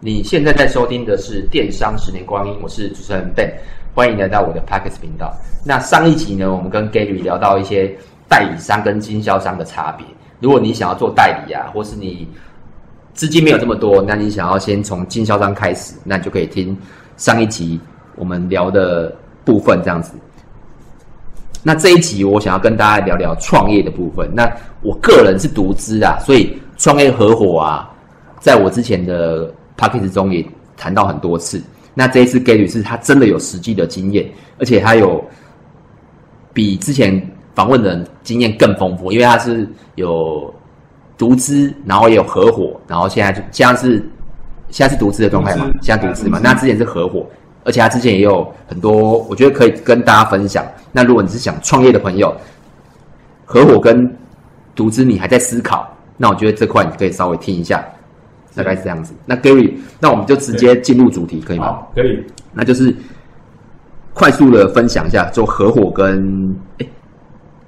你现在在收听的是《电商十年光阴》，我是主持人 Ben，欢迎来到我的 Pockets 频道。那上一集呢，我们跟 Gary 聊到一些代理商跟经销商的差别。如果你想要做代理啊，或是你资金没有这么多，那你想要先从经销商开始，那你就可以听上一集我们聊的部分这样子。那这一集我想要跟大家聊聊创业的部分。那我个人是独资啊，所以创业合伙啊，在我之前的 p a c k a g e 中也谈到很多次。那这一次 Gary 是他真的有实际的经验，而且他有比之前访问的人经验更丰富，因为他是有独资，然后也有合伙，然后现在就现在是现在是独资的状态嘛独资，现在独资嘛独，资那之前是合伙，而且他之前也有很多，我觉得可以跟大家分享。那如果你是想创业的朋友，合伙跟独资你还在思考，那我觉得这块你可以稍微听一下，大概是这样子。那 Gary，那我们就直接进入主题，可以吗？好，可以。那就是快速的分享一下，就合伙跟哎、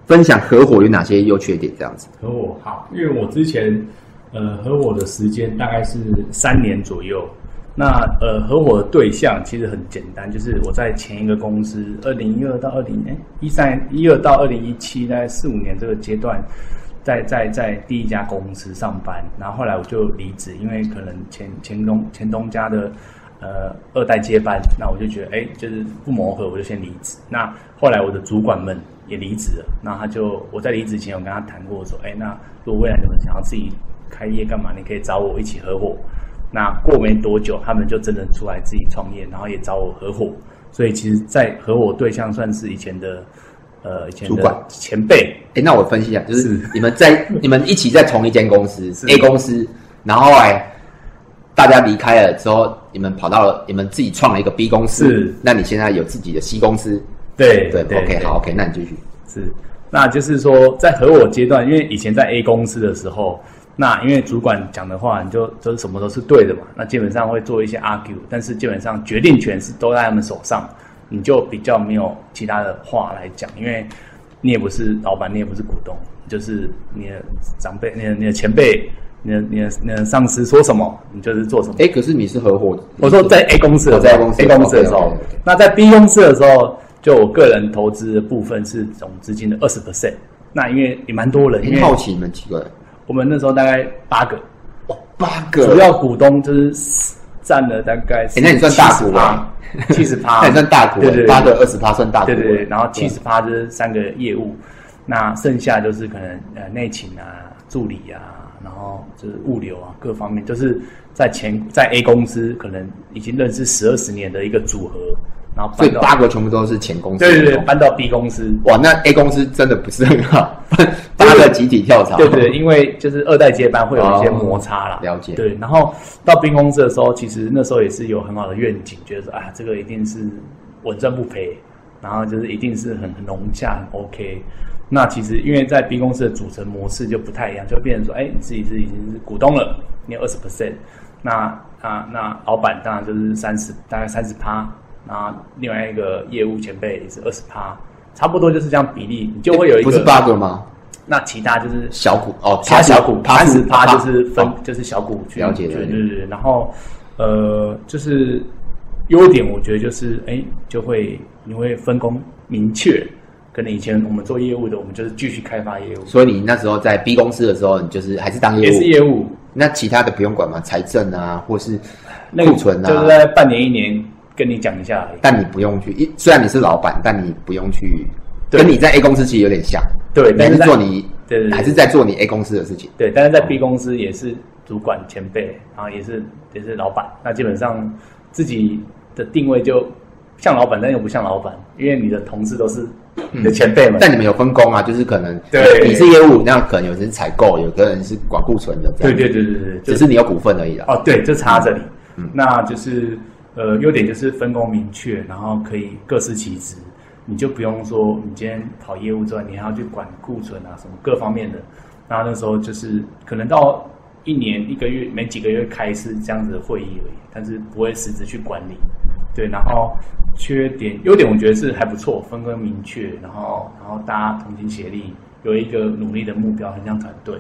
分享合伙有哪些优缺点这样子。合伙好，因为我之前呃合伙的时间大概是三年左右。那呃合伙的对象其实很简单，就是我在前一个公司，二零一二到二零哎一三一二到二零一七，大概四五年这个阶段，在在在第一家公司上班，然后后来我就离职，因为可能前前东前东家的呃二代接班，那我就觉得哎、就是不磨合，我就先离职。那后来我的主管们也离职了，那他就我在离职前有跟他谈过说，哎、那如果未来你们想要自己开业干嘛，你可以找我一起合伙。那过没多久，他们就真的出来自己创业，然后也找我合伙。所以其实，在合伙对象算是以前的呃以前主管的前辈，哎、那我分析一下，就是是你们在 你们一起在同一间公司是 A 公司，然后来大家离开了之后，你们跑到了你们自己创了一个 B 公司是，那你现在有自己的 C 公司，对对 o k 好，OK，那你继续。是，那就是说在合伙阶段，因为以前在 A 公司的时候，那因为主管讲的话，你就都是什么都是对的嘛，那基本上会做一些 argue，但是基本上决定权是都在他们手上，你就比较没有其他的话来讲，因为你也不是老板，你也不是股东，就是你的长辈、你的你的前辈、你的你的你的上司说什么，你就是做什么。哎、可是你是合伙，我说在 A 公司的时候哦在 A 公司 A 公司的时候 OK，OK，OK，那在 B 公司的时候，就我个人投资的部分是总资金的二十 percent。那因为也蛮多人，因很为哎好奇你们几个人，我们那时候大概八个，八主个，要股东就是占了大概70%。哎那你算大股吧七十 趴，那也算大股对对欸，对八个二十趴算大股欸，对对对，然后七十趴就是三个业务，那剩下就是可能呃内勤啊、助理啊，然后就是物流啊各方面，就是在前在 A 公司可能已经认识十二十年的一个组合，然后所搬以到八个全部都是前公司的对员对工，对搬到 B 公司，哇，那 A 公司真的不是很 好，八个集体跳槽，对对，因为就是二代接班会有一些摩擦啦。哦了解对，然后到兵公司的时候，其实那时候也是有很好的愿景，觉得说啊，这个一定是稳赚不赔，然后就是一定是很很融洽，很 OK。那其实因为在 B 公司的组成模式就不太一样，就变成说，哎，你自己是已经是股东了，你有二十 percent，那那那老板当然就是三十，大概三十趴，那另外一个业务前辈也是二十趴，差不多就是这样比例，你就会有一个不是八个吗？那其他就是小股哦，趴小股，趴三十趴趴就是分哦就是小股去了解去了解对对对。然后呃，就是优点，我觉得就是哎，就会你会分工明确。可能以前我们做业务的，我们就是继续开发业务，所以你那时候在 B 公司的时候，你就是还是当业也务，是业务，那其他的不用管嘛，财政啊，或是那个库存就是啊，在半年一年跟你讲一下而已。但你不用去，一虽然你是老板，但你不用去，对跟你在 A 公司其实有点像，对，你但还是是在做你对对对还是在做你 A 公司的事情，对，但是在 B 公司也是主管前辈，然后也是也是老板，那基本上自己的定位就像老板，但又不像老板，因为你的同事都是你的前辈们。嗯但你们有分工啊，就是可能对你是业务，那可能有人是采购，有的人是管库存的，这对样，对对对对，就只是你有股份而已啦。哦，对，就差这里。那就是呃，优点就是分工明确，然后可以各司其职，你就不用说你今天跑业务之外，你还要去管库存啊什么各方面的。那那时候就是可能到一年一个月每几个月开一次这样子的会议而已，但是不会实质去管理。对，然后缺点优点我觉得是还不错，分工明确，然后然后大家同心协力，有一个努力的目标，很像团队，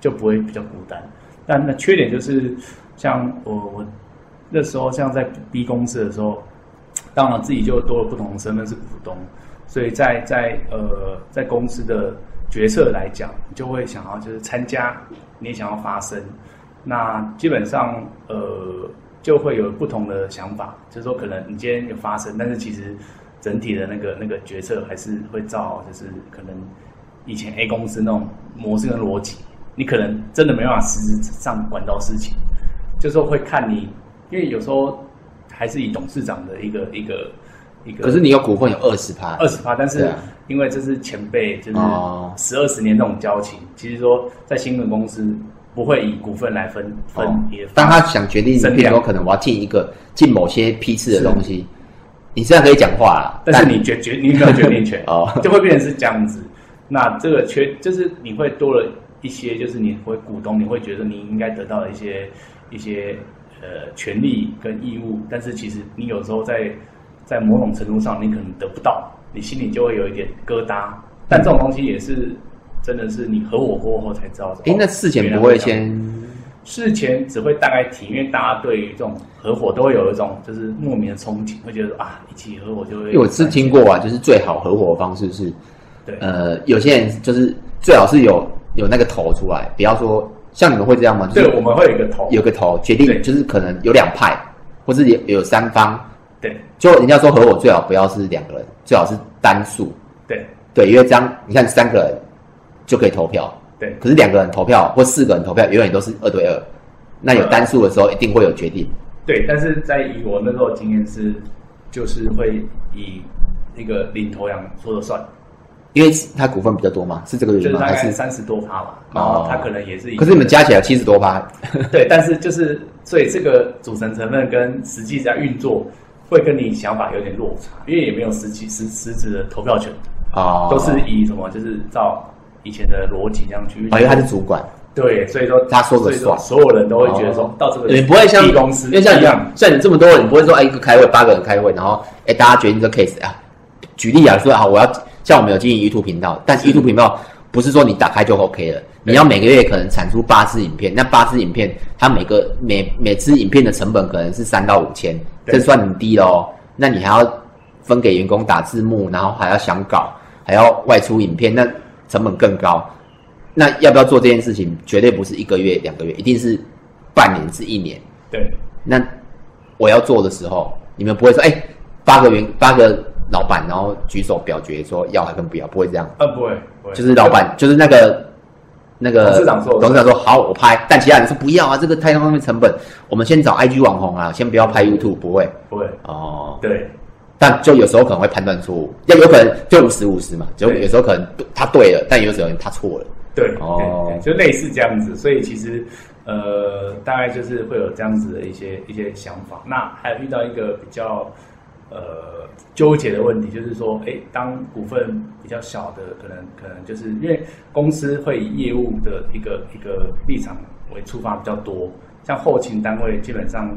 就不会比较孤单。但那缺点就是像我我那时候像在 B 公司的时候，当然自己就多了不同的身份是股东，所以在在呃在公司的决策来讲，你就会想要就是参加，你也想要发声，那基本上呃就会有不同的想法，就是说可能你今天有发声，但是其实整体的那个那个决策还是会照就是可能以前 A 公司那种模式跟逻辑，你可能真的没办法实质上管到事情，就是说会看你，因为有时候还是以董事长的一个一个一个，可是你有股份有二十趴，二十趴，但对是啊因为这是前辈，就是哦十二十年那种交情，其实说在新的公司不会以股份来分分哦也分当他想决定，分量譬如说可能我要进一个进某些批次的东西，你这样可以讲话啦，，但是你决决你没有决定权哦就会变成是这样子。那这个缺就是你会多了一些，就是你会股东，你会觉得你应该得到的一些一些呃权利跟义务，但是其实你有时候在在某种程度上你可能得不到，你心里就会有一点疙瘩。但这种东西也是真的是你合伙过后才知道。哎，那事前不会哦原来这样啊先事前只会大概提，因为大家对于这种合伙都会有一种就是莫名的憧憬，会觉得啊一起合伙就会。因为我是听过啊，就是最好合伙的方式是，对呃，有些人就是最好是有有那个头出来，不要说像你们会这样吗？就对，是我们会有一个头，有个头决对定，就是可能有两派，或是有有三方，对就人家说合伙最好不要是两个人，最好是单数，对对，因为这样你看三个人就可以投票，对可是两个人投票或四个人投票永远都是二对二，那有单数的时候一定会有决定，对，但是在以我那时候的经验是，就是会以那个领头羊说了算，因为他股份比较多嘛，是这个就原是因吗？大还概是？三十多趴吧，哦然后他可能也是以，可是你们加起来七十多趴， 对，但是就是所以这个组成成分跟实际在运作会跟你想法有点落差，因为也没有实际实实质的投票权，哦，都是以什么就是照以前的逻辑这样去运哦，作因为他是主管，对，所以说他说了所以算所有人都会觉得说哦到这个你不会像 B 公司因为像一你样，像你这么多人，你不会说哎一个开会八个人开会，然后哎大家决定这个 case 啊。举例啊，说啊，我要像我们有经营 YouTube 频道，但是 YouTube 频道不是说你打开就 OK 了，你要每个月可能产出八支影片，那八支影片它每个每每支影片的成本可能是三到五千，对这算很低喽。那你还要分给员工打字幕，然后还要想稿，还要外出影片，那成本更高。那要不要做这件事情？绝对不是一个月、两个月，一定是半年至一年。对那我要做的时候，你们不会说，哎、八个员八个老板，然后举手表决说要还跟不要，不会这样。呃不会不会，就是老板，就是那个那个董事长说董事长说好，我拍，但其他人说不要啊，这个太浪费成本，我们先找 IG 网红啊，先不要拍 YouTube，不会不会哦。对。但就有时候可能会判断错误，要有可能就五十五十嘛，就对有时候可能他对了，但有时候他错了。对，哦对对就类似这样子，所以其实呃，大概就是会有这样子的一些一些想法。那还有遇到一个比较呃纠结的问题，就是说，哎，当股份比较小的，可能可能就是因为公司会以业务的一个一个立场为出发比较多，像后勤单位基本上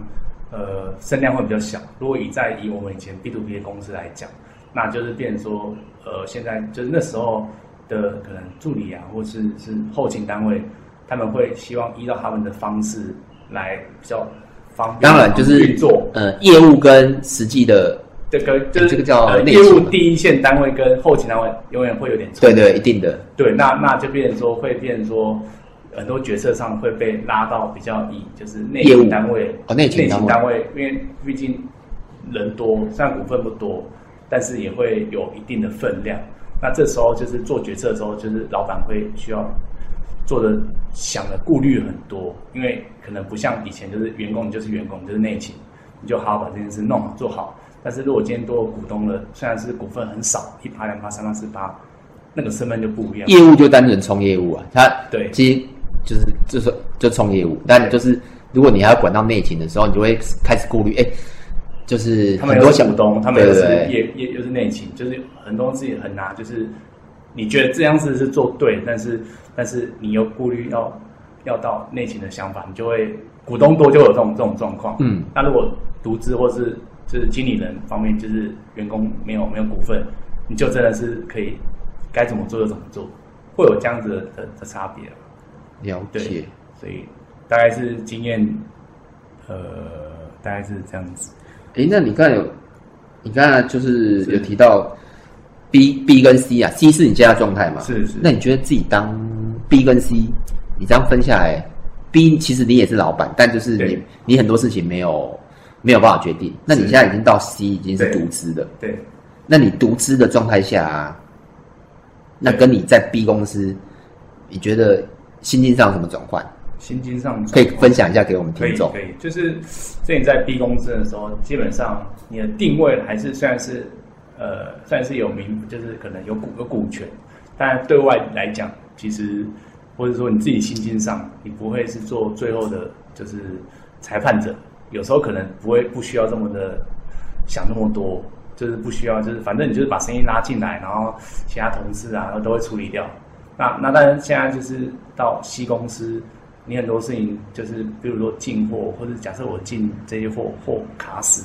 呃声量会比较小。如果以在以我们以前 B to B 的公司来讲，那就是变成说，呃，现在就是那时候的可能助理啊，或是是后勤单位，他们会希望依照他们的方式来比较方便，当然就是运作。呃，业务跟实际的，这个就是、这个叫呃、内业务勤嘛第一线单位跟后勤单位永远会有点冲突对对，一定的。对，那那就变成说会变成说很多决策上会被拉到比较以就是内业务勤单位哦内勤单位单位，因为毕竟人多，虽然股份不多，但是也会有一定的分量。那这时候就是做决策的时候，就是老板会需要做的想的顾虑很多，因为可能不像以前就是员工你就是员工你就是内勤，你就好好把这件事弄好做好。但是如果今天多了股东了，虽然是股份很少，一趴两趴三趴四趴，那个身份就不一样。业务就单纯冲业务啊，他对其实就是就是就冲业务，但就是如果你还要管到内勤的时候，你就会开始顾虑，哎、就是他们很多有股小东，他们又是对对对业业又是内勤，就是很多事情很难，就是你觉得这样子是做对，但是但是你又顾虑要要到内勤的想法，你就会股东多就有这种这种状况。嗯，那如果独资或是就是经理人方面，就是员工没有没有股份，你就真的是可以该怎么做就怎么做，会有这样子的的的差别。了对解。所以大概是经验，呃，大概是这样子。诶，那你刚才有，你刚才就是有提到 B B 跟 C 啊，C 是你现在的状态嘛？是是那你觉得自己当 B 跟 C，你这样分下来，B 其实你也是老板，但就是你对你很多事情没有没有办法决定。那你是现在已经到 C，已经是对独资的。对，那你独资的状态下、啊，那跟你在 B 公司，你觉得心境上有什么转换？心经上可以分享一下给我们可以听众可。以，就是所以你在 B 公司的时候，基本上你的定位还是虽然是呃算是有名，就是可能有股有股权，但对外来讲，其实或者说你自己心境上，你不会是做最后的就是裁判者，有时候可能不会不需要这么的想那么多。就是不需要，就是反正你就是把生意拉进来，然后其他同事啊都会处理掉。那那当然，现在就是到西公司，你很多事情就是，比如说进货，或者假设我进这些货货 卡死，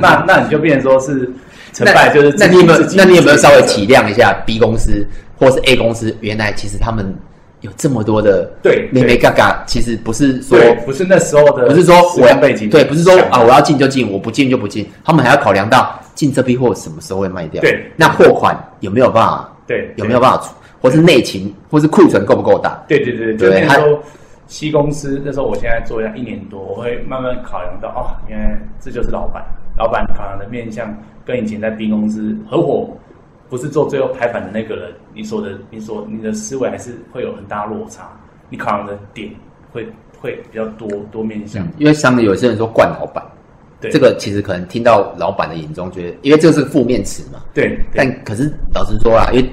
那那你就变成说是成败就是那那你有没有自？己那你有没有自己稍微的体谅一下 B 公司或是 A 公司？原来其实他们有这么多的对咩咩嘎嘎，其实不是说对，不是那时候的，不是说我要背景，对，不是说啊我要进就进，我不进就不进，他们还要考量到进这批货什么时候会卖掉，对，那货款有没有办法，对有没有办法出，或是内勤或是库存够不够大？对对对，就对那他时候西公司那时候，我现在做一下一年多，我会慢慢考量到哦，原来这就是老板，老板考量的面向跟以前在 B 公司合伙，不是做最后拍板的那个人，你所的你所你的思维还是会有很大落差，你考量的点会会比较多多面向嗯，，因为像有些人说惯老板，对这个其实可能听到老板的眼中，觉得因为这个是负面词嘛，对对但可是老实说啦，因为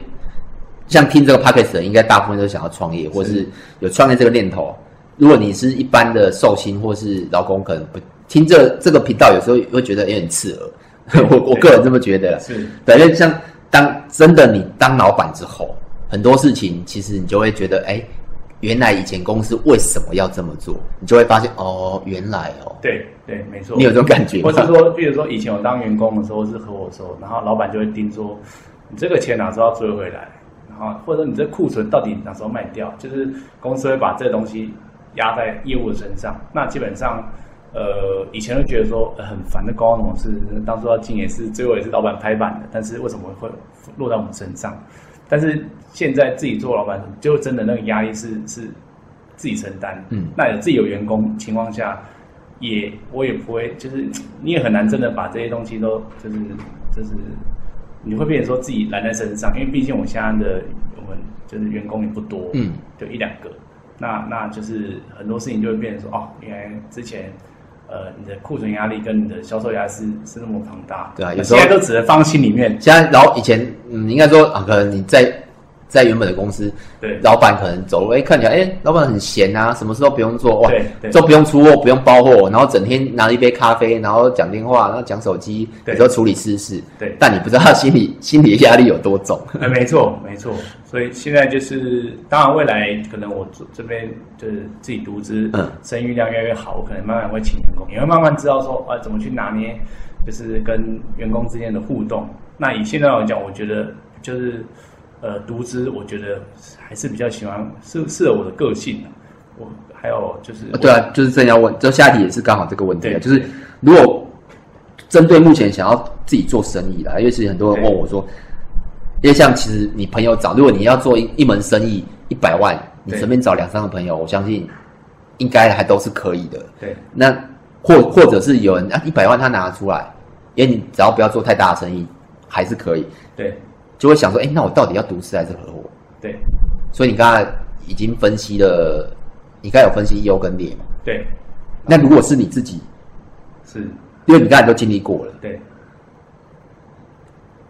像听这个 podcast 的人，应该大部分都想要创业，或是有创业这个念头。如果你是一般的寿星或是劳工，可能不听这这个频道，有时候会觉得有点刺耳。 我我个人这么觉得啦。是对，因为像当真的你当老板之后，很多事情其实你就会觉得，哎，原来以前公司为什么要这么做？你就会发现，哦，原来哦，对对，没错，你有这种感觉吗或？是说，比如说以前我当员工的时候是合伙的时候，然后老板就会盯说，你这个钱哪时候要追回来，然后或者你这库存到底哪时候卖掉，就是公司会把这东西压在业务的身上。那基本上，呃，以前会觉得说、呃很烦的高管同事，当初要进也是最后也是老板拍板的，但是为什么会落在我们身上？但是现在自己做老板，就真的那个压力是是自己承担。嗯那有自己有员工情况下，也我也不会，就是你也很难真的把这些东西都就是就是，你会变成说自己揽在身上，因为毕竟我现在的我们就是员工也不多，嗯，就一两个，那那就是很多事情就会变成说哦，原来之前。呃，你的库存压力跟你的销售压力是是那么庞大，对啊那有时现候在都只能放心里面，现在老以前，嗯，应该说啊，可能你在在原本的公司，对老板可能走路，哎、看起来，哎、老板很闲啊，什么事都不用做，哇对，对都不用出货，不用包货，然后整天拿一杯咖啡，然后讲电话，然后讲手机，对有时候处理私事，对但你不知道他心里心理压力有多重， 哎，没错，没错。所以现在就是，当然未来可能我这这边就是自己独资，嗯生育量越来越好，我可能慢慢会请员工，也会慢慢知道说，啊，怎么去拿捏，就是跟员工之间的互动。那以现在来讲，我觉得就是，呃，独资，我觉得还是比较喜欢，适适合我的个性的。我还有就是，对啊，就是正要问，这下一题也是刚好这个问题啊，对就是如果针对目前想要自己做生意啦，因为其实很多人对问我说，因为像其实你朋友找，如果你要做一一门生意一百万，你对随便找两三个朋友，我相信应该还都是可以的。对那或或者是有人啊一百万他拿得出来，因为你只要不要做太大的生意，还是可以，对就会想说，哎，那我到底要独资还是合伙？对所以你刚才已经分析了，你刚才有分析优跟劣嘛？对，那如果是你自己，是。因为你刚才都经历过了，对。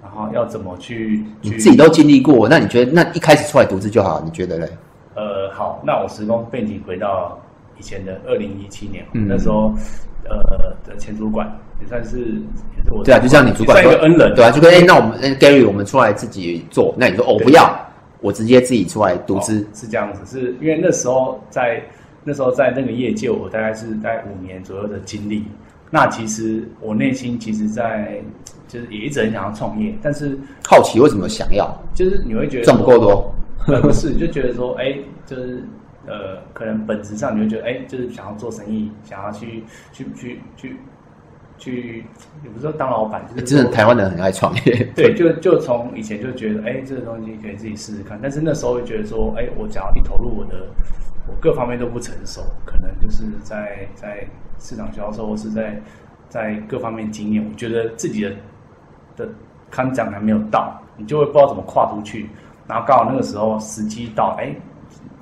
然后要怎么去你去自己都经历过，那你觉得那一开始出来独资就好，你觉得嘞？呃，好，那我时空背景回到以前的二零一七年，嗯那时候呃的前主管也算是也是我对啊，就像你主管也算一说个恩人，对啊，就跟哎、那我们、哎 Gary 我们出来自己做，那你说哦对不要，我直接自己出来独资哦，是这样子，是因为那时候在那时候在那个业界，我大概是在五年左右的经历。那其实我内心其实在就是也一直很想要创业，但是好奇为什么想要就是你会觉得赚不说够多， 呃，不是，就觉得说，哎、就是呃，可能本质上你会觉得，哎、就是想要做生意，想要去去去去去，也不是说当老板，就是哎真的说台湾人很爱创业，对，就就从以前就觉得，哎、这个东西可以自己试试看。但是那时候会觉得说，哎、我只要一投入我的，我各方面都不成熟，可能就是在在市场销售或是在在各方面经验，我觉得自己的的看展还没有到，你就会不知道怎么跨出去。然后刚好那个时候时机到，哎、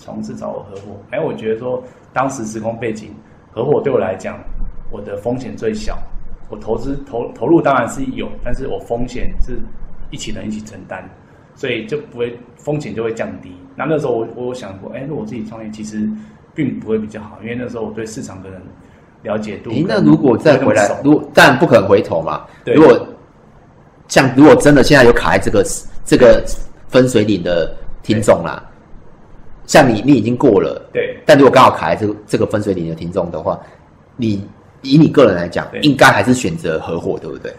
同事找我合伙，哎、我觉得说当时时空背景，合伙对我来讲，我的风险最小，我投资投投入当然是有，但是我风险是一起人一起承担，所以就不会风险就会降低。那那时候我我有想过，哎、如果我自己创业，其实并不会比较好，因为那时候我对市场的人了解度可 诶能，那如果再不会回那么来熟，如果但不可能回头嘛。对如果像如果真的现在有卡在这个这个分水岭的听众啦，像你你已经过了，对但如果刚好卡在这个这个分水岭的听众的话，你以你个人来讲对，应该还是选择合伙，对不对？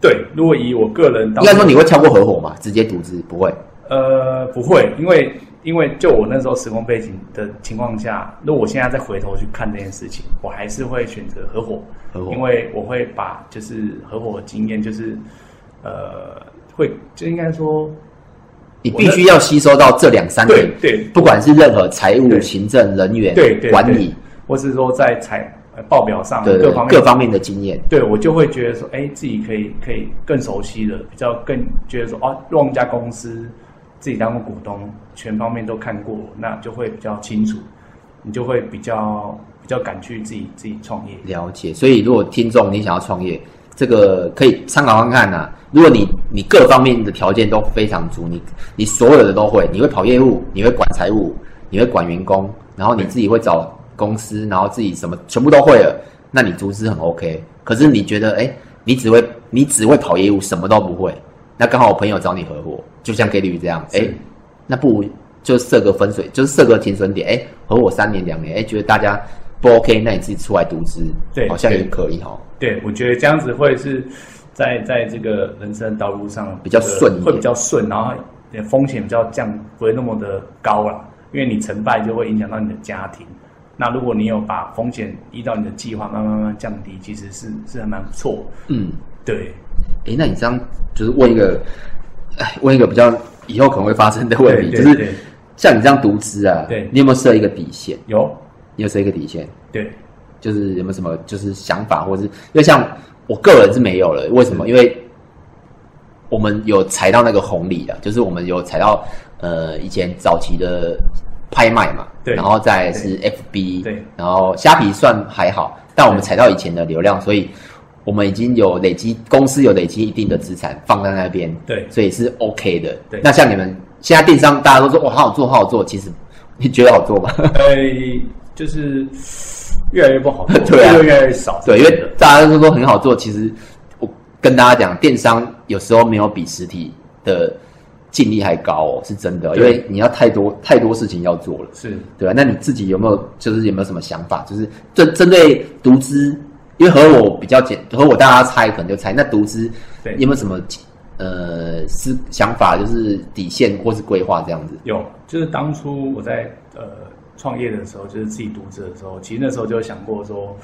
对，如果以我个人当应该说你会跳过合伙嘛，直接独资不会。呃，不会，因为因为就我那时候时空背景的情况下，如果我现在再回头去看这件事情，我还是会选择合伙，合伙因为我会把就是合伙的经验，就是呃，会就应该说你必须要吸收到这两三点对，对不管是任何财务、对行政、人员对对管，对理或是说在财呃报表上的各方面各方面的经验，对我就会觉得说，哎，自己可以可以更熟悉了，比较更觉得说，哦，用一家公司，自己当过股东，全方面都看过，那就会比较清楚，你就会比较比较敢去自己自己创业。了解，所以如果听众你想要创业，这个可以参考看看呐、如果你你各方面的条件都非常足，你你所有的都会，你会跑业务，你会管财务，你会管员工，然后你自己会找公司，然后自己什么全部都会了，那你组织很 OK。可是你觉得，哎、你只会你只会跑业务，什么都不会，那刚好我朋友找你合伙，就像给你这样，哎、是那不如就设个分水，就是设个停损点，哎、合伙三年两年，哎、觉得大家不 OK，那你自己出来独资，对好像也可以哈。对，我觉得这样子会是在在这个人生道路上比较这个顺一点会比较顺，然后也风险比较降，不会那么的高啦。因为你成败就会影响到你的家庭。那如果你有把风险依照你的计划慢慢慢慢降低，其实是是还蛮不错。嗯，对，哎、那你这样就是问一个，哎，问一个比较以后可能会发生的问题，对就对是对像你这样独资啊，对你有没有设一个底线？有你有设一个底线？对就是有没有什么就是想法，或者是因为像我个人是没有了，为什么？因为我们有踩到那个红利了，就是我们有踩到呃以前早期的拍卖嘛，对然后再来是 FB，对然后虾皮算还好，但我们对踩到以前的流量，所以我们已经有累积，公司有累积一定的资产放在那边，对所以是 OK 的。对那像你们现在电商大家都说哇好好做，好好做，其实你觉得好做吗？，呃，就是越来越不好做 对啊就越来越少。对，因真为的大家都说很好做，其实我跟大家讲，电商有时候没有比实体的净利还高哦，是真的，因对为你要太多太多事情要做了，是对吧、啊那你自己有没有就是有没有什么想法？就是针针对独资，因为和我比较简，和我大家猜可能就猜，那独资对有没有什么呃思想法，就是底线或是规划这样子？有，就是当初我在呃创业的时候，就是自己独资的时候，其实那时候就有想过说，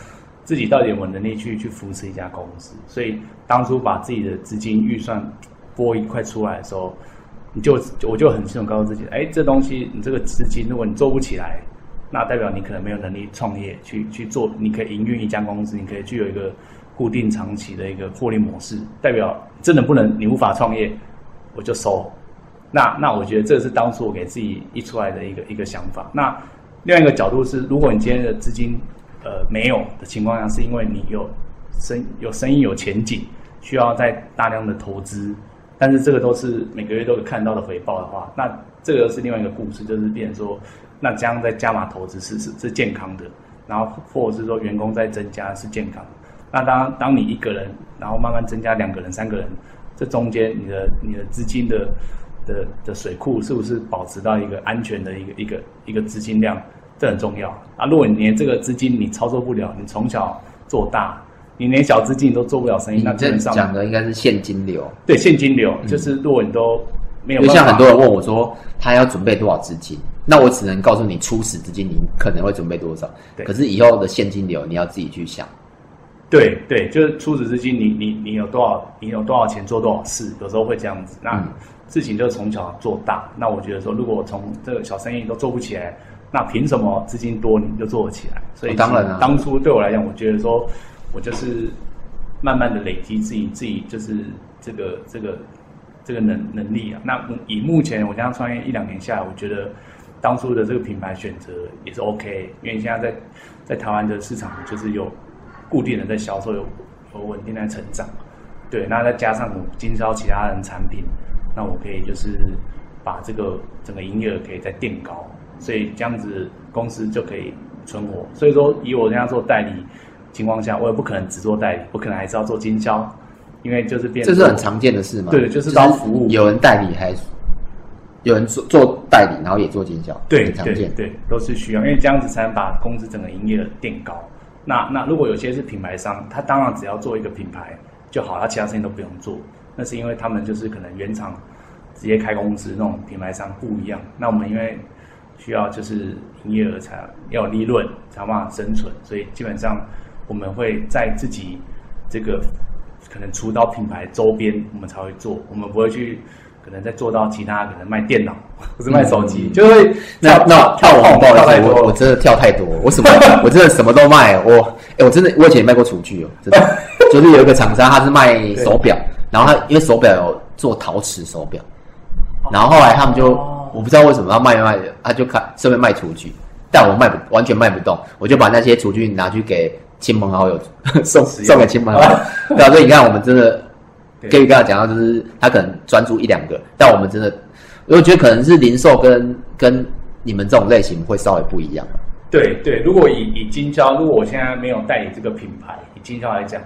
自己到底有没有能力去去扶持一家公司。所以当初把自己的资金预算拨一块出来的时候，你就我就很清楚告诉自己，哎，这东西你这个资金，如果你做不起来，那代表你可能没有能力创业去去做，你可以营运一家公司，你可以具有一个固定长期的一个获利模式，代表真的不能你无法创业，我就收。那那我觉得这是当初我给自己一出来的一个一个想法。那另外一个角度是，如果你今天的资金呃没有的情况下，是因为你有生有生意有前景，需要在大量的投资，但是这个都是每个月都有看到的回报的话，那这个是另外一个故事，就是变成说，那这样在加码投资是是是健康的，然后或者是说员工在增加是健康的。那当当你一个人，然后慢慢增加两个人、三个人，这中间你的你的资金的的的水库是不是保持到一个安全的一个一个一个资金量，这很重要啊。如果你连这个资金你操作不了，你从小做大，你连小资金你都做不了生意，你那基这本上讲的应该是现金流，对现金流，就是如果你都没有就办法，嗯像很多人问我说，他要准备多少资金？那我只能告诉你，初始资金你可能会准备多少，对可是以后的现金流你要自己去想。对对，就是出资资金你，你你有多少，你有多少钱做多少事，有时候会这样子。那嗯事情就从小做大。那我觉得说，如果我从这个小生意都做不起来，那凭什么资金多你就做得起来？所以哦其实、当然啊当初对我来讲，我觉得说我就是慢慢的累积自己自己就是这个这个这个能能力啊。那目以目前我这样创业一两年下来，我觉得当初的这个品牌选择也是 OK，因为现在在在台湾的市场就是有固定的在销售，有有稳定在成长。对，那再加上我经销其他人产品，那我可以就是把这个整个营业额可以再垫高，所以这样子公司就可以存活。所以说，以我这样做代理情况下，我也不可能只做代理，我可能还是要做经销，因为就是变这是很常见的事嘛。对就是招服务有人代理还有人做做代理，然后也做经销，对很常对见。对，都是需要，因为这样子才能把公司整个营业额垫高。那那如果有些是品牌商，他当然只要做一个品牌就好，他其他事情都不用做。那是因为他们就是可能原厂直接开公司那种品牌商不一样。那我们因为需要就是营业额才要有利润，才有办法生存，所以基本上我们会在自己这个可能出到品牌周边，我们才会做，我们不会去可能再做到其他可能卖电脑或是卖手机，嗯就会那跳那跳那我跳很不跳好太意思，我多我真的跳太多，我 什么我真的什么都卖，我哎、我真的我以前也卖过厨具哦，真 的，就是有一个厂商他是卖手表，然后他因为手表有做陶瓷手表，然后后来他们就哦我不知道为什么他卖卖卖，他就看顺便卖厨具，但我卖不完全卖不动，我就把那些厨具拿去给亲朋好友 送使用哦送给亲朋好友，对啊，所以你看我们真的对可以跟他讲到，就是他可能专注一两个，但我们真的，我觉得可能是零售跟跟你们这种类型会稍微不一 样。对对，如果以以经销，如果我现在没有代理这个品牌，以经销来讲，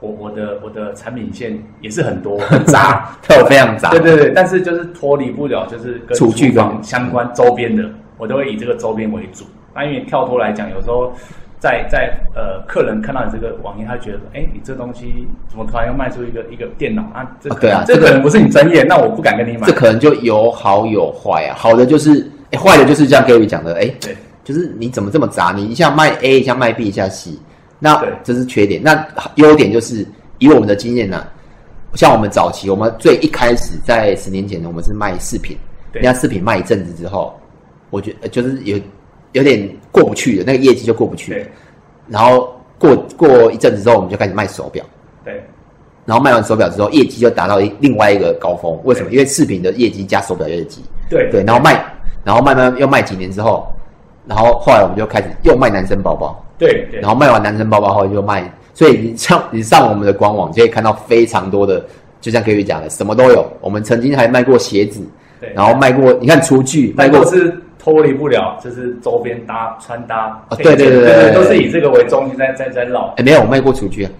我我的我的产品线也是很多很杂， 对我非常杂对对对，但是就是脱离不了就是跟厨具房跟相关周边的，我都会以这个周边为主。那因为跳脱来讲，有时候在在呃，客人看到你这个网页，他觉得说，哎，你这东西怎么突然又卖出一个一个电脑啊？这啊对啊这这个可能不是你专业，那我不敢跟你买这。可能就有好有坏啊，好的就是，哎，坏的就是像 Gary 讲的，哎，对就是你怎么这么杂？你一下卖 A，一下卖 B，一下 C，那对这是缺点。那优点就是以我们的经验呢、像我们早期，我们最一开始在十年前呢，我们是卖饰品，对人家饰品卖一阵子之后，我觉得就是有有点过不去的，那个业绩就过不去了对。然后过过一阵子之后，我们就开始卖手表。对然后卖完手表之后，业绩就达到一另外一个高峰。为什么？对因为饰品的业绩加手表业绩，对对，然后卖，然后慢慢又卖几年之后，然后后来我们就开始又卖男生包包，对对然后卖完男生包包后就卖，所以你上你上我们的官网就可以看到非常多的，就像 Gary 讲的，什么都有。我们曾经还卖过鞋子，对，然后卖过你看厨具，卖但过都是脱离不了，就是周边搭穿搭啊配对对件，对对对对都是以这个为中心在在在绕，哎没有，我卖过厨具啊，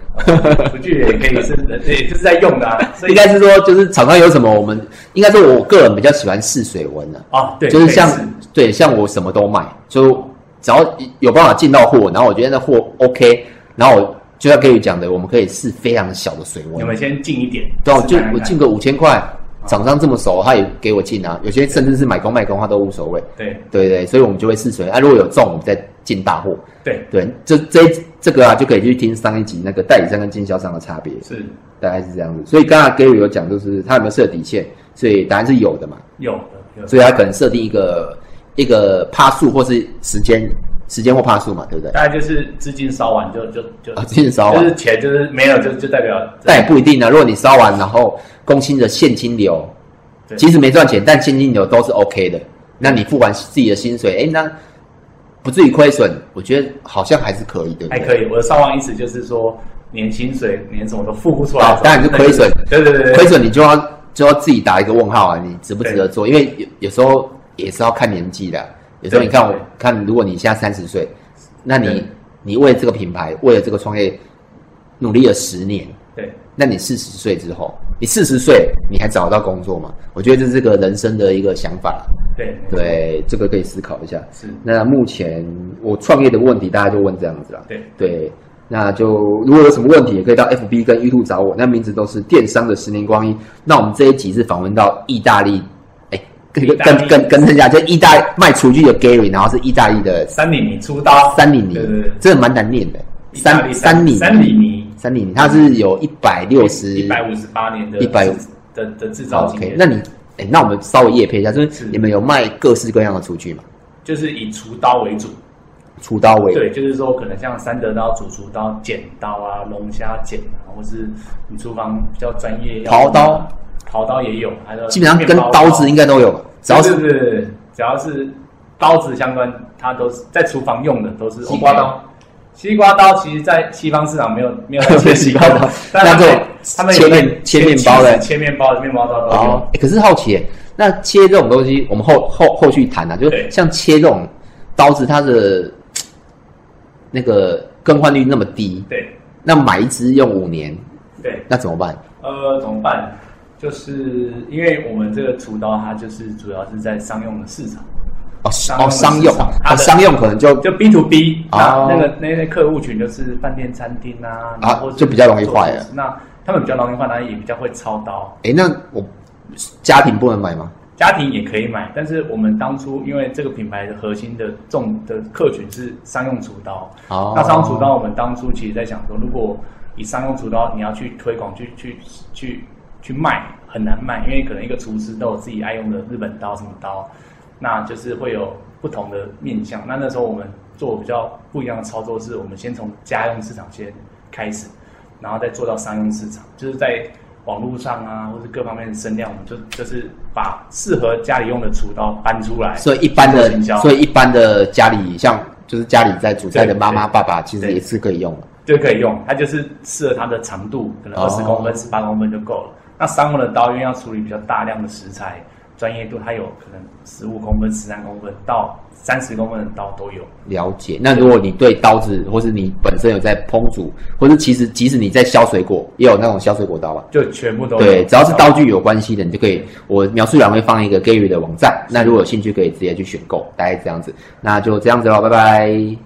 厨具也可以是，也就是在用的啊，所应以该是说就是厂商有什么，我们应该说我个人比较喜欢试水温啊。啊，对，就是像类似对像我什么都卖，就只要有办法进到货，然后我觉得那货 OK，然后我就像 Gary 讲的，我们可以试非常小的水你温，们先近一点，对啊，我试就看看我进个五千块，厂商这么熟，他也给我进啊，有些甚至是买工卖工他都无所谓，对对对，所以我们就会试水啊，如果有中，我们再进大货，对对，这这这个啊就可以去听上一集那个代理商跟经销商的差别，是大概是这样子，所以刚才 Gary 有讲就是他有没有设底线，所以答案是有的嘛，有的有的，所以他可能设定一个一个趴数或是时间时间或趴数嘛，对不对？大概就是资金烧完就就就啊，至少就是钱就是没有就就代表但也不一定啊。如果你烧完，然后工薪的现金流，对即使没赚钱，但现金流都是 OK 的。那你付完自己的薪水，哎，那不至于亏损，我觉得好像还是可以，对不还对？可以，我的烧完意思就是说年薪水年什么都付不出来啊，当然是亏损，对对对亏对，损你就要就要自己打一个问号啊，你值不值得做？因为有有时候也是要看年纪的啊，有时候对你看我对看，如果你现在三十岁，那你对你为了这个品牌，为了这个创业努力了十年，对那你四十岁之后，你四十岁你还找得到工作吗？我觉得这是个人生的一个想法啦，对没错对，这个可以思考一下。是，那目前我创业的问题，大家就问这样子啦。对对，那就如果有什么问题，也可以到 FB 跟 YouTube 找我，那名字都是电商的十年光阴。那我们这一集是访问到意大利，哎，跟意大利跟跟跟一下，就意大卖厨具的 Gary，然后是意大利的三厘米出刀，三里尼对对对，真的蛮难念的，意大利三里三尼，三厘米三点零，它是有一百六十一百五十八年的150的的制造经哦 OK，验，那你哎、那我们稍微夜配一下，就是是你们有卖各式各样的厨具嘛？就是以厨刀为主。厨刀为对，就是说可能像三德刀、主厨刀、剪刀啊、龙虾剪啊，或是你厨房比较专业要刨刀，刨刀也有，还有基本上跟面包刀子应该都有吧，只要是对对对对只要是刀子相关，它都是在厨房用的，都是西瓜刀。西瓜刀其实，在西方市场没有没有 在没有西瓜刀但他那们种他们切有面在切面包的切面包的面包刀都哦有。哎可是好奇、哎那切这种东西，我们后后后续谈啊，就是对像切这种刀子，它的那个更换率那么低，对那买一支用五年，对，那怎么办？呃，怎么办？就是因为我们这个厨刀，它就是主要是在商用的市场，哦商哦，用的商市用场哦，它的商用可能就就 B to B，哦那那个那些客户群就是饭店、餐厅啊，然后啊就比较容易做坏了那他们比较容易坏，那也比较会操刀。哎、那我家庭不能买吗？家庭也可以买，但是我们当初因为这个品牌的核心的重的客群是商用厨刀，哦那商用厨刀我们当初其实在想说，如果以商用厨刀你要去推广、去去去去卖，很难卖，因为可能一个厨师都有自己爱用的日本刀什么刀，那就是会有不同的面向。那那时候我们做比较不一样的操作，是我们先从家用市场先开始，然后再做到商用市场，就是在网络上啊，或是各方面的声量，我们就就是把适合家里用的厨刀搬出来。所以一般做的行，销所以一般的家里像就是家里在煮菜的对妈妈对爸爸，其实对也是可以用的。就可以用，它就是适合它的长度，可能哦二十公分、十八公分就够了。那三文的刀，因为要处理比较大量的食材，专业度它有可能十五公分、十三公分到三十公分的刀都有。了解。那如果你对刀子，或是你本身有在烹煮，或是其实即使你在削水果，也有那种削水果刀吧？啊就全部都有对，只要是刀具有关系的，你就可以。我描述栏会放一个 Gary 的网站，那如果有兴趣可以直接去选购，大概这样子。那就这样子喽，拜拜。